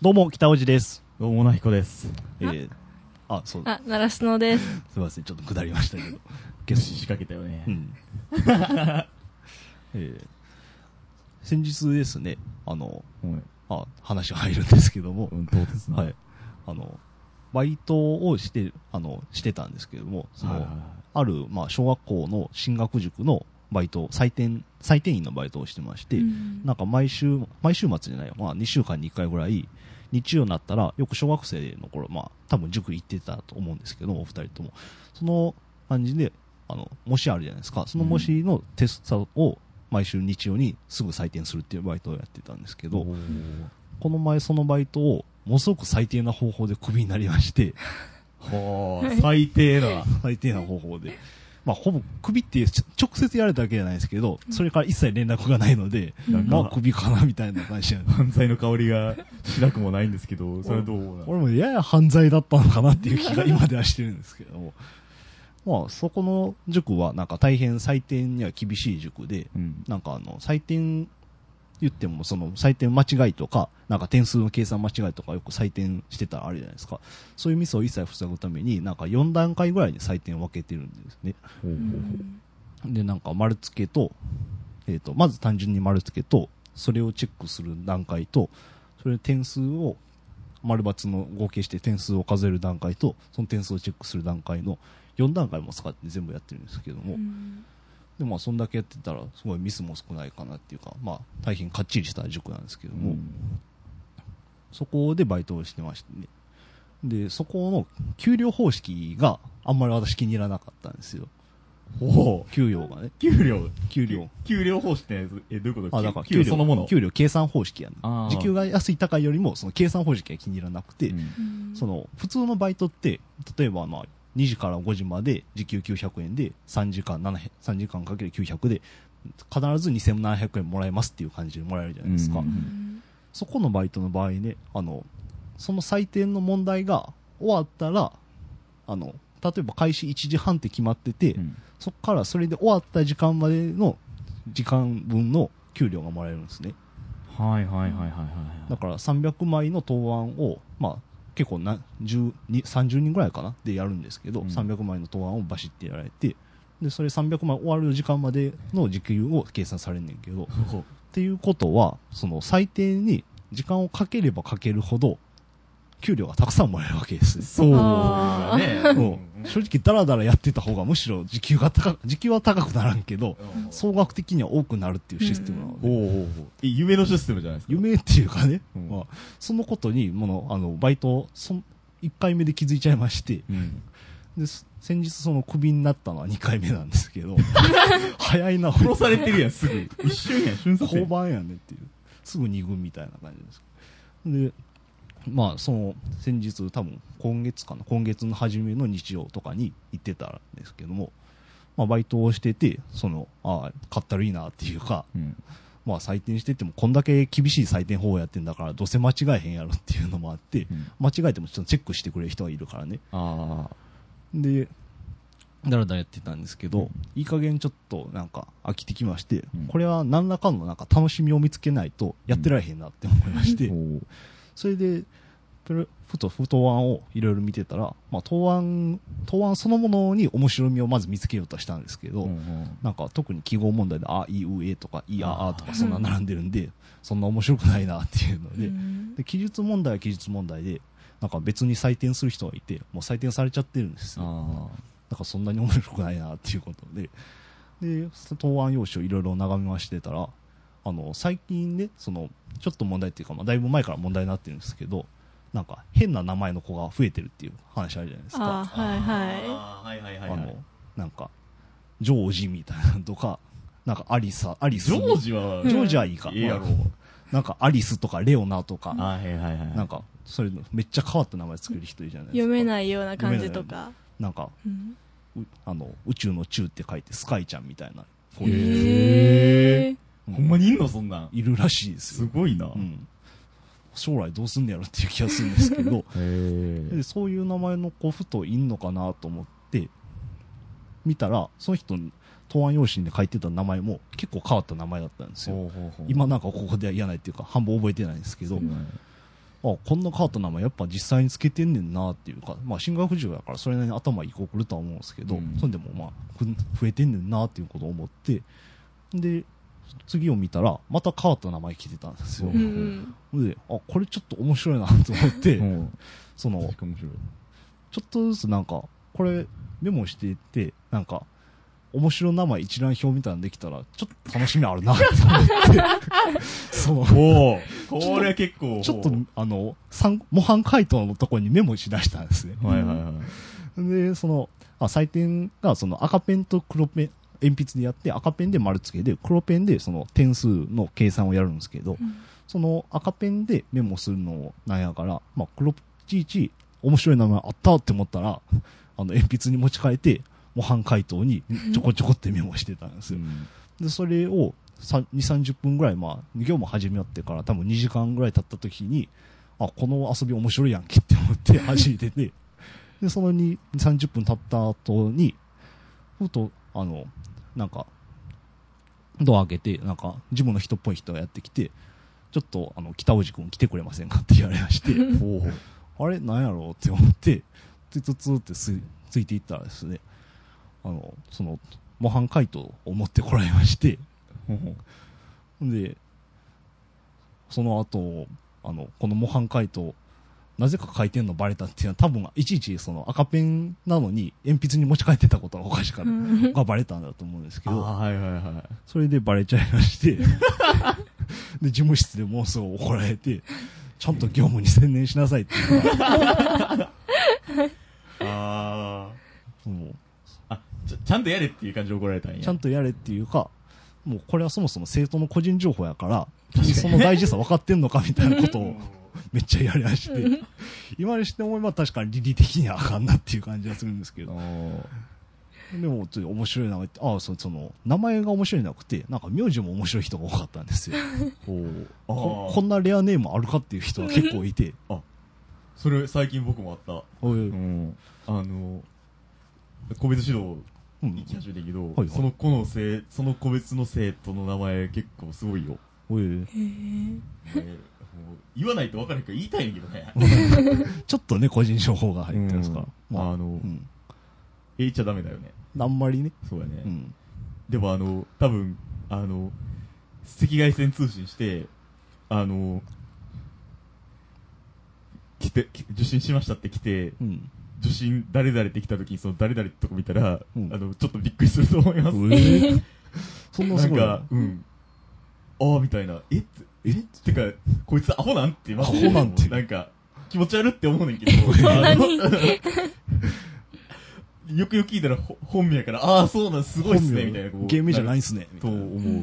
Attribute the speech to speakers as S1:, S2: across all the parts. S1: どうも、北尾路です。
S2: どうも、なひこです。
S1: えー、あ、そう、
S3: あ、鳴らすのです。
S1: すみません、ちょっと下りました けど。
S2: 無視仕掛けたよね
S1: う。ん。えー先日ですね、あの、
S2: うん。
S1: あ、話が入るんですけども
S2: う、ん、唐突な。
S1: はい。あの、バイトをして、あの、してたんですけども、その、
S2: はいはい
S1: ある、まあ、小学校の進学塾のバイト、採点、採点員のバイトをしてまして、
S3: うん
S1: なんか毎週、毎週末じゃないよ、まあ、2週間に1回ぐらい、日曜になったら、よく小学生の頃、まあ、多分塾行ってたと思うんですけど、お二人とも。その感じで、あの、模試あるじゃないですか。その模試のテストを、毎週日曜にすぐ採点するっていうバイトをやってたんですけど、
S2: おー
S1: この前そのバイトを、ものすごく最低な方法でクビになりまして、
S2: はあ、最低だ。
S1: 最低な方法で。まあ、ほぼ、クビってちょ直接やられたわけじゃないですけど、それから一切連絡がないので、
S2: なん
S1: まあ、
S2: か
S1: ク、ビかな、みたいな感じなんで
S2: 犯罪の香りがしなくもないんですけど、それはどうなの
S1: 俺もやや犯罪だったのかなっていう気が今ではしてるんですけども。 まあ、そこの塾はなんか大変採点には厳しい塾で、
S2: うん。
S1: なんかあの、採点言ってもその採点間違いとか、なんか点数の計算間違いとかよく採点してたらあるじゃないですか。そういうミスを一切防ぐために、なんか4段階ぐらいに採点を分けてるんですね。
S2: ほうほ
S1: で、なんか丸付けと、えっ、と、まず単純に丸付けと、それをチェックする段階と、それで点数を、丸×の合計して点数を数える段階と、その点数をチェックする段階の4段階も使って全部やってるんですけども、
S3: うん
S1: でまあそんだけやってたら、すごいミスも少ないかなっていうか、まあ大変かっちりした塾なんですけど
S2: う
S1: も、
S2: ん
S1: そこでバイトをしてましてね。で、そこの給料方式があんまり私気に入らなかったんですよ。
S2: ほう。
S1: 給料がね。
S2: 給料、
S1: 給料。
S2: 給料奉仕って、え、どういうこと
S1: あ、だから
S2: 給料そのもの。
S1: 給料計算方式やね
S2: あー
S1: 時給が安い高いよりも、その計算方式が気に入らなくて、
S2: うん
S1: その、普通のバイトって、例えばまあ、2時から5時まで時給900円で、3時間7へ、3時間かける900で、必ず2700円もらえますっていう感じでもらえるじゃないですか。
S2: うん
S3: うん
S1: そこのバイトの場合ね、あの、その採点の問題が終わったら、あの、例えば開始1時半って決まってて、
S2: うん
S1: そこからそれで終わった時間までの時間分の給料がもらえるんですね。
S2: はいはいはいはいはい
S1: だ。から300枚の答案を、まあ、結構な10に30人ぐらいかなでやるんですけど、
S2: うん
S1: 300枚の答案をバシってやられてでそれ300枚終わる時間までの時給を計算されんねんけどっ
S2: ほう
S1: ていうことはその最低に時間をかければかけるほど給料がたくさんもらえるわけですよ
S2: そう
S3: あ
S2: だ
S3: ー
S2: ね。
S1: うん正直ダラダラやってた方がむしろ時給が高く時給は高くならんけど
S2: うん
S1: 総額的には多くなるっていうシステムなので、
S2: ほうほうほう。え、夢のシステムじゃないですか。
S1: 夢っていうかね、
S2: うん
S1: まあ、そのことにものあのバイトそん1回目で気づいちゃいまして
S2: うん。
S1: です先日そのクビになったのは2回目なんです けど早いな
S2: 殺されてるやん、すぐ。一瞬やん、瞬殺
S1: 交
S2: やん。
S1: 番やねっていうすぐ2軍みたいな感じですでまあその先日多分今月かな今月の初めの日曜とかに行ってたんですけども、まあ、バイトをしててそのああかったるいなっていうか
S2: うん。
S1: まあ採点してってもこんだけ厳しい採点方法やってんだからどうせ間違えへんやろっていうのもあって、
S2: うん
S1: 間違えてもちょっとチェックしてくれる人がいるからね
S2: ああ。
S1: でだらだらやってたんですけど、
S2: うん
S1: いい加減ちょっとなんか飽きてきまして、
S2: うん
S1: これは何らかのなんか楽しみを見つけないとやってられへんなって思いまして、
S2: ほ
S1: それでプロふとふと答案をいろいろ見てたら、まあ、答案答案そのものに面白みをまず見つけようとしたんですけど、
S2: う。うんうん
S1: なんか特に記号問題で、あ、い、う、えとか、い、あ、あとか、そんな並んでるんで、そんな面白くないなっていうので、
S3: うん
S1: で記述問題は記述問題で、なんか別に採点する人がいて、もう採点されちゃってるんですよ。
S2: あ
S1: なんかそんなに面白くないなっていうことで、で、答案用紙をいろいろ眺めましてたら、あの、最近ね、その、ちょっと問題っていうか、まあ、だいぶ前から問題になってるんですけど、なんか変な名前の子が増えてるっていう話あるじゃないですか。
S3: あ、はいは
S2: あ。はいはいは
S1: あの、なんか、ジョージみたいなのとか、 なんかアリサ、アリス。
S2: ジョージは、
S1: ジョージはいいか。
S2: いいやろ
S1: まあなんかアリスとかレオナとか、
S2: はいはいはいはい。
S1: なんか、そういうの、めっちゃ変わった名前作る人いるじゃない
S3: い。
S1: ですか。
S3: 読めないような漢字とか。
S1: なんか、
S3: うん
S1: うあの、宇宙の宙って書いてスカイちゃんみたいな、こう
S2: へ
S1: いう
S2: え
S3: へ
S2: ほんまにいんのそんなん。
S1: いるらしいです
S2: す
S1: よ。
S2: ごいな。へ
S1: うん。将来どうすんねやろっていう気がするんですけど、
S2: え
S1: でそういう名前の子ふといんのかなと思って見たらその人の答案用紙に書いてた名前も結構変わった名前だったんですよ
S2: ほうほうほう。
S1: 今なんかここでは言わないっていうか半分覚えてないんですけど
S2: うん
S1: あこんな変わった名前やっぱ実際につけてんねんなっていうか、まあ、進学授業やからそれなりに頭いい子来るとは思うんですけど、
S2: うん
S1: それでもまあふ増えてんねんなっていうことを思ってで次を見たらまた変わった名前来てたんですよ
S2: う
S3: うんうん
S1: であこれちょっと面白いなと思って、
S2: うん。
S1: その
S2: 確か面白い。
S1: ちょっとずつなんか、これメモしていって、なんか、面白名前一覧表みたいなのできたら、ちょっと楽しみあるなと思って、その、
S2: おおこれ結構。
S1: ちょっと、あの、参模範回答のところにメモしだしたんですね。
S2: はいはいはい。
S1: で、その、あ採点が、その赤ペンと黒ペン、鉛筆でやって、赤ペンで丸付けで、黒ペンでその点数の計算をやるんですけど、その赤ペンでメモするのなんやから、まあ、黒、いちいち面白い名前あったって思ったら、あの、鉛筆に持ち替えて、模範解答にちょこちょこってメモしてたんです
S2: う
S1: よ。
S2: ん
S1: で、それをさ2、30分ぐらい、まあ、業務始めよってから多分2時間ぐらい経った時に、あ、この遊び面白いやんけって思って走ってて、で、その2、30分経った後に、ふと、あの、なんか、ドア開けて、なんか、ジムの人っぽい人がやってきて、ちょっと、あの、北尾路君来てくれませんかって言われまして、
S2: おお
S1: あれなんやろうって思って、つつつってつついていったらですね、あの、その、模範解答を持ってこられまして、で、その後、あの、この模範解答、なぜか書いてんのバレたっていうのは多分、いちいちその赤ペンなのに鉛筆に持ち帰ってたことがおかしかった、がバレたんだと思うんですけ
S2: あ
S1: ど、
S2: あ、はいはいはい。
S1: それでバレちゃいま して、で、事務室でもうすぐ怒られて、ちゃんと業務に専念しなさいっていうのが、
S2: あ
S1: もう
S2: あ。あ、ちゃちゃんとやれっていう感じで怒られたんや。
S1: ちゃん
S2: と。
S1: とやれっていうか、もうこれはそもそも生徒の個人情報やから、
S2: 確かに
S1: その大事さ分かってんのかみたいなことをめっちゃ言われまして、今にして思えば確かに倫理的にはあかんなっていう感じがするんですけど、でもちょっと面白い名前って、ああ、そその、名前が面白いなくて、なんか名字も面白い人が多かったんですよ。
S2: ほう。あ
S1: こ
S2: ー
S1: こんなレアネームあるかっていう人が結構いて、
S2: それ最近僕もあった。
S1: おいおい
S2: うん。あの、個別指導
S1: うん
S2: 行き始めたけど、
S1: はいはい
S2: その子のせい、その個別の生徒の名前結構すごいよ。
S1: おいおい
S3: へー
S2: ねもう言わないと分からへんから言いたいんだけ どね。
S1: ちょっとね、個人情報が入ってますから。
S2: うん
S1: まあ、
S2: あの
S1: うん
S2: 言っちゃダメだよね。
S1: あんまりね。
S2: そうやね。
S1: うん。
S2: でもあの、多分、あの、赤外線通信して、あの、来て、き受信しましたって来て、
S1: うん。
S2: 受信誰々って来た時にその誰々ってとこ見たら、
S1: うん
S2: あの、ちょっとびっくりすると思います。
S1: ええ そんな
S2: な
S1: す
S2: ん
S1: ごい
S2: か、うん。ああ、みたいな。えっえってか、こいつアホなんて、まず
S1: アホなんて
S2: なんか、気持ち悪って思うね んけど。あ のよくよく聞いたら、ほ本名やから、ああ、そうなん、すごいっすね、みたいな。こう
S1: 芸名じゃない
S2: ん
S1: んすね。
S2: と思う。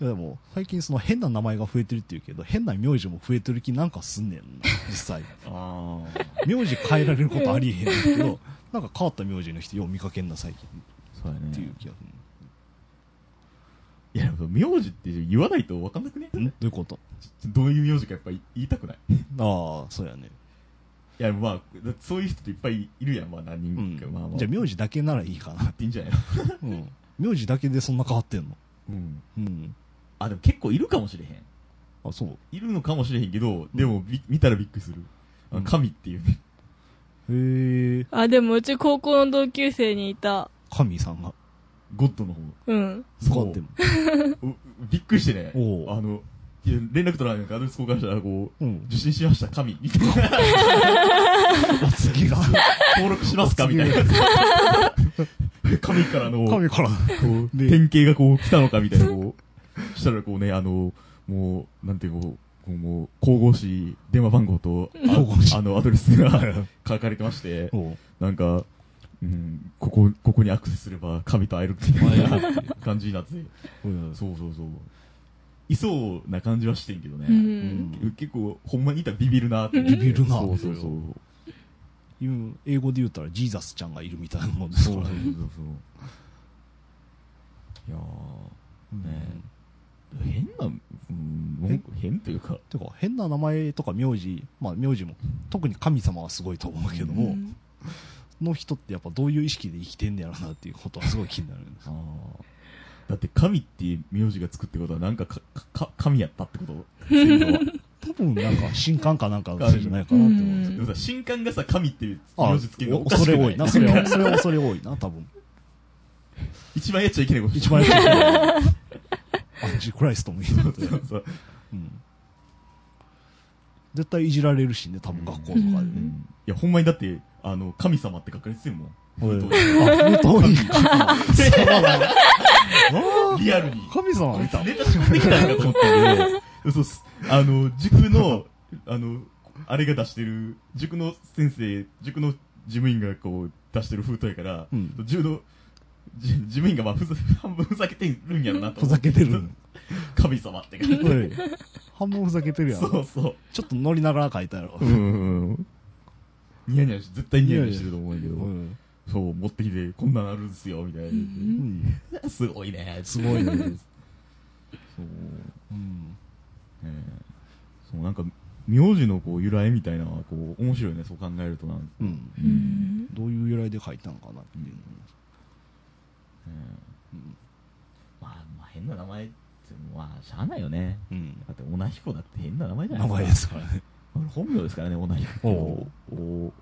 S1: いやでも、最近その変な名前が増えてるっていうけど、変な名字も増えてる気なんかすんねんな、実際。
S2: ああ。
S1: 名字変えられることありえへんねんけ ど、なんか変わった名字の人よう見かけんな、最近
S2: そうやね。
S1: っていう気がす
S2: いや、でも名字って言わないと分かんなくね
S1: る。んどういうこと
S2: どういう名字かやっぱ言いたくない。い
S1: ああ、そうやね。
S2: や、まあ、だってそういう人っていっぱいいるやん、まあ何
S1: う
S2: 人
S1: ん
S2: か。まあま。あ。
S1: じゃあ名字だけならいいかな。
S2: いいんじゃないの
S1: うん。 名字だけでそんな変わってんの
S2: うん。
S1: うん。
S2: あ、でも結構いるかもしれへん。
S1: あ、そう。
S2: いるのかもしれへんけど、でもび見たらびっくりする。あの神っていうね。
S1: へえ。
S3: あでもうち高校の同級生にいた
S1: 神さんが。
S2: ゴッドの方。
S3: うん
S1: 使っても。
S2: うびっくりしてね。
S1: おう
S2: あの、いや連絡取らないのかアドレス交換したら、こ う、
S1: うん
S2: 受信しました、神。みたいな。
S1: お次が。
S2: 登録しますかみ たいな。神からの、こ
S1: 神から。
S2: う、
S1: で
S2: 典型がこう来たのかみたいな、こう、したらこうね、あの、もう、なんていうこう、こうもう、神々しい電話番号 と、あ
S1: 神々しい
S2: あの、アドレスが書かれてまして、
S1: おう
S2: なんか、うん、ここ、ここにアクセスすれば神と会えるみたいな感じになって、
S1: おいおい
S2: そうそうそう。いそうな感じはしてんけどね。
S3: う
S1: うん
S3: ん
S2: 結構、ほんまにいたらビビるなって。
S1: ビビるな
S2: そうそうそう。
S1: いう英語で言うたらジーザスちゃんがいるみたいなもんですからね。
S2: いや
S1: うん
S2: ねー、変な、うん、文句変というか、
S1: てか変な名前とか名字、まあ名字も特に神様はすごいと思うけども、
S3: うん
S1: の人ってやっぱどういう意識で生きてんねやろなっていうことはすごい気になるんです
S2: あーだって神っていう名字がつくってことは、なんかか、か、神やったってこと先祖は
S1: 多分なんか新刊かなんかのせいじゃないかなって思うんです
S2: でもさ、新刊がさ、神っていう
S1: あ
S2: 文字付けがおかし
S1: 恐
S2: く
S1: れ
S2: な
S1: 多
S2: い
S1: いな。それは、それは恐れ多いな、多分。
S2: 一番やっちゃいけないこと
S1: 一番やっちゃいけない。アンジクライストもいいので。
S2: そうそう
S1: うん絶対いじられるしね、多分学校とかで
S2: う
S3: う
S2: ん
S1: ね。
S2: いや、ほんまにだって、あの、神様って書かれてるもん。
S1: うん
S2: 封筒
S1: あ、封筒に。
S2: にリアルに。
S1: 神様
S2: こい
S1: 見
S2: つ
S1: た。
S2: ネタ仕込んできたんかと思ったんで、そうっす。あの、塾の、あの、あれが出してる、塾の先生、塾の事務員がこう、出してる封筒やから、
S1: うん
S2: 柔道、じ事務員がまあふざ、半分ふざけてるんやろなと
S1: ふ
S2: 思
S1: ざ
S2: って。
S1: けてる。
S2: 神様って感じ。
S1: おい半分ふざけてるやん。
S2: そうそう。
S1: ちょっと乗りながら書いたやろ。
S2: ん。ニヤニヤし、絶対ニヤニヤしてると思うんやけど、そう、持ってきて、こんなんあるんすよ、みたいな。
S1: うん
S2: すごいね。
S1: すごいね
S2: そ
S1: う
S2: う。
S1: ん
S2: ええそう、なんか、名字のこう由来みたいなのは、こう、面白いね、そう考えるとなん
S1: う
S2: え
S1: ん
S3: うん
S1: どういう由来で書いたのかなっていうの
S2: えまあ、まあ、変な名前って、まあ、しゃあないよね。
S1: うん
S2: だって、オナヒコだって変な名前じゃな
S1: 名
S2: い
S1: 前
S2: で
S1: です
S2: か。
S1: すからね。
S2: これ本名ですからね、オナヒコ。
S1: お
S2: お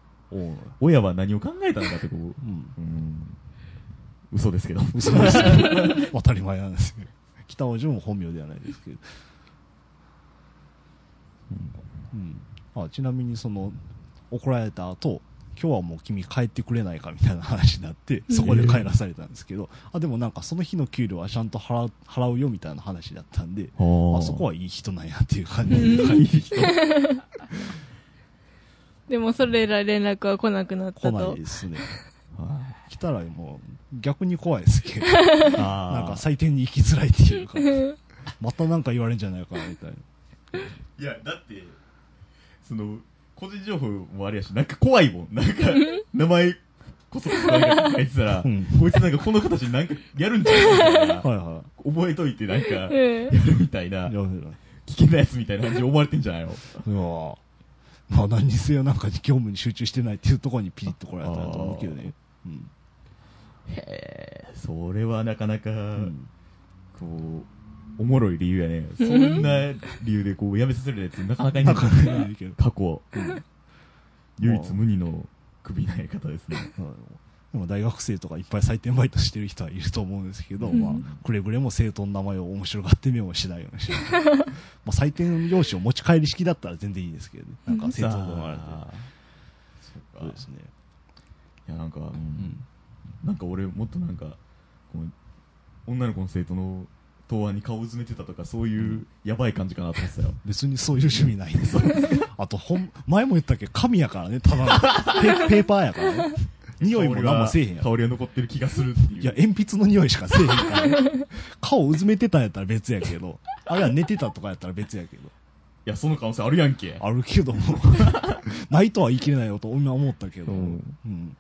S2: 親は何を考えたのかって、こう、
S1: うん
S2: うん、嘘ですけど。
S1: 嘘ですけど当たり前なんですけど。北尾城も本名ではないですけど。うん。あ、ちなみにその、怒られた後、今日はもう君帰ってくれないかみたいな話になって、そこで帰らされたんですけど、あ、でもなんかその日の給料はちゃんと払う払うよみたいな話だったんで、あそこ
S2: は、
S1: はいい人なんやっていう感じで
S2: いい人。
S3: でもそれら連絡は来なくなった
S1: 来な
S3: と
S1: い。ですね。
S2: はい
S1: 来たらもう逆に怖いですけど、
S2: あ
S1: なんか
S2: ー
S1: 採点に行きづらいっていうか、 またなんか言われるんじゃないかなみたいな。
S2: いや、だって、その、個人情報もあれやし、なんか怖いも ん。なんか、名前こそなんか書いてたら、
S1: うん
S2: こいつなんかこの形になんかやるんちゃうか
S1: はいは。、
S2: 覚えといて なんか、やる
S3: ええ
S2: みたいない
S1: やめろ。
S2: 危険なやつみたいな感じに思われてんじゃないの
S1: いやーまあ何にせよなんか業務に集中してないっていうところにピリッとこられたらと思うけどね。うん。
S2: へえ、それはなかなか、
S1: うん
S2: こう、おもろい理由やね。そんな理由でこう、やめさせるやつなかなかいな
S1: ないんかねいいけど
S2: 過去、唯一無二の首なやり方ですね。
S1: あのでも大学生とかいっぱい採点バイトしてる人はいると思うんですけど、
S3: うん
S1: まあ、くれぐれも生徒の名前を面白がってメモしないようにしてま あ採点用紙を持ち帰り式だったら全然いいですけどねなんか生徒の名前で
S2: さあそ
S1: そうう
S2: か
S1: ですね、
S2: いやなんか、うん
S1: うん、
S2: なんか俺もっとなんかこう女の子の生徒の答案に顔をうずめてたとかそういうやばい感じかなと思ってたよ
S1: 別にそういう趣味ないん ですあとほん前も言ったけど紙やからねただのペペーパーやからね 匂いも何もせえへんや
S2: 香
S1: ろ
S2: りが残ってる気がするっていう
S1: いや鉛筆の匂いしかせえへんから、 ね、顔うずめてたんやったら別やけどあるいは寝てたとかやったら別やけど
S2: いやその可能性あるやんけ
S1: あるけども ないとは言い切れないよと今思ったけど、
S2: うん
S1: うん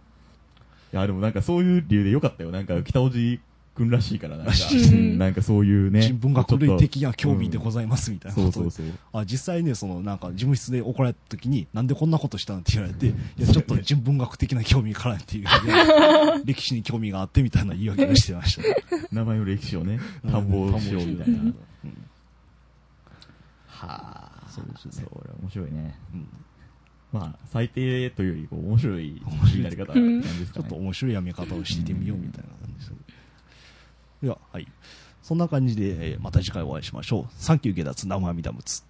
S2: いやでもなんかそういう理由でよかったよなんか北尾路君らしいからなんから
S1: し
S3: い
S2: うんなんかそういうね
S1: 人文学類的な興味でご
S2: ざ
S1: ざ
S2: い
S1: いますみたいな
S2: そ
S1: こ
S2: う
S1: と
S2: そ
S1: で
S2: うそう
S1: あ実際ねそのなんか事務室で怒られた時になんでこんなことしたのって言われていやちょっと人文学的な興味からっていう 歴史に興味があってみたいな言い訳をしてました
S2: 名前の歴史をね探訪しようみたいな
S1: うん
S2: はあ
S1: そうそう
S2: そ
S1: そう
S2: れ面白いね
S1: うん
S2: まあ最低というよりこう面白い
S1: 面白い
S2: なり方なんです
S1: ち
S2: か
S1: ょっと
S2: ね
S1: 面白いやめ方をしてみようみたいな感じですでははいそんな感じで、えーまた次回お会いしましょうサンキューゲダツ生阿弥陀仏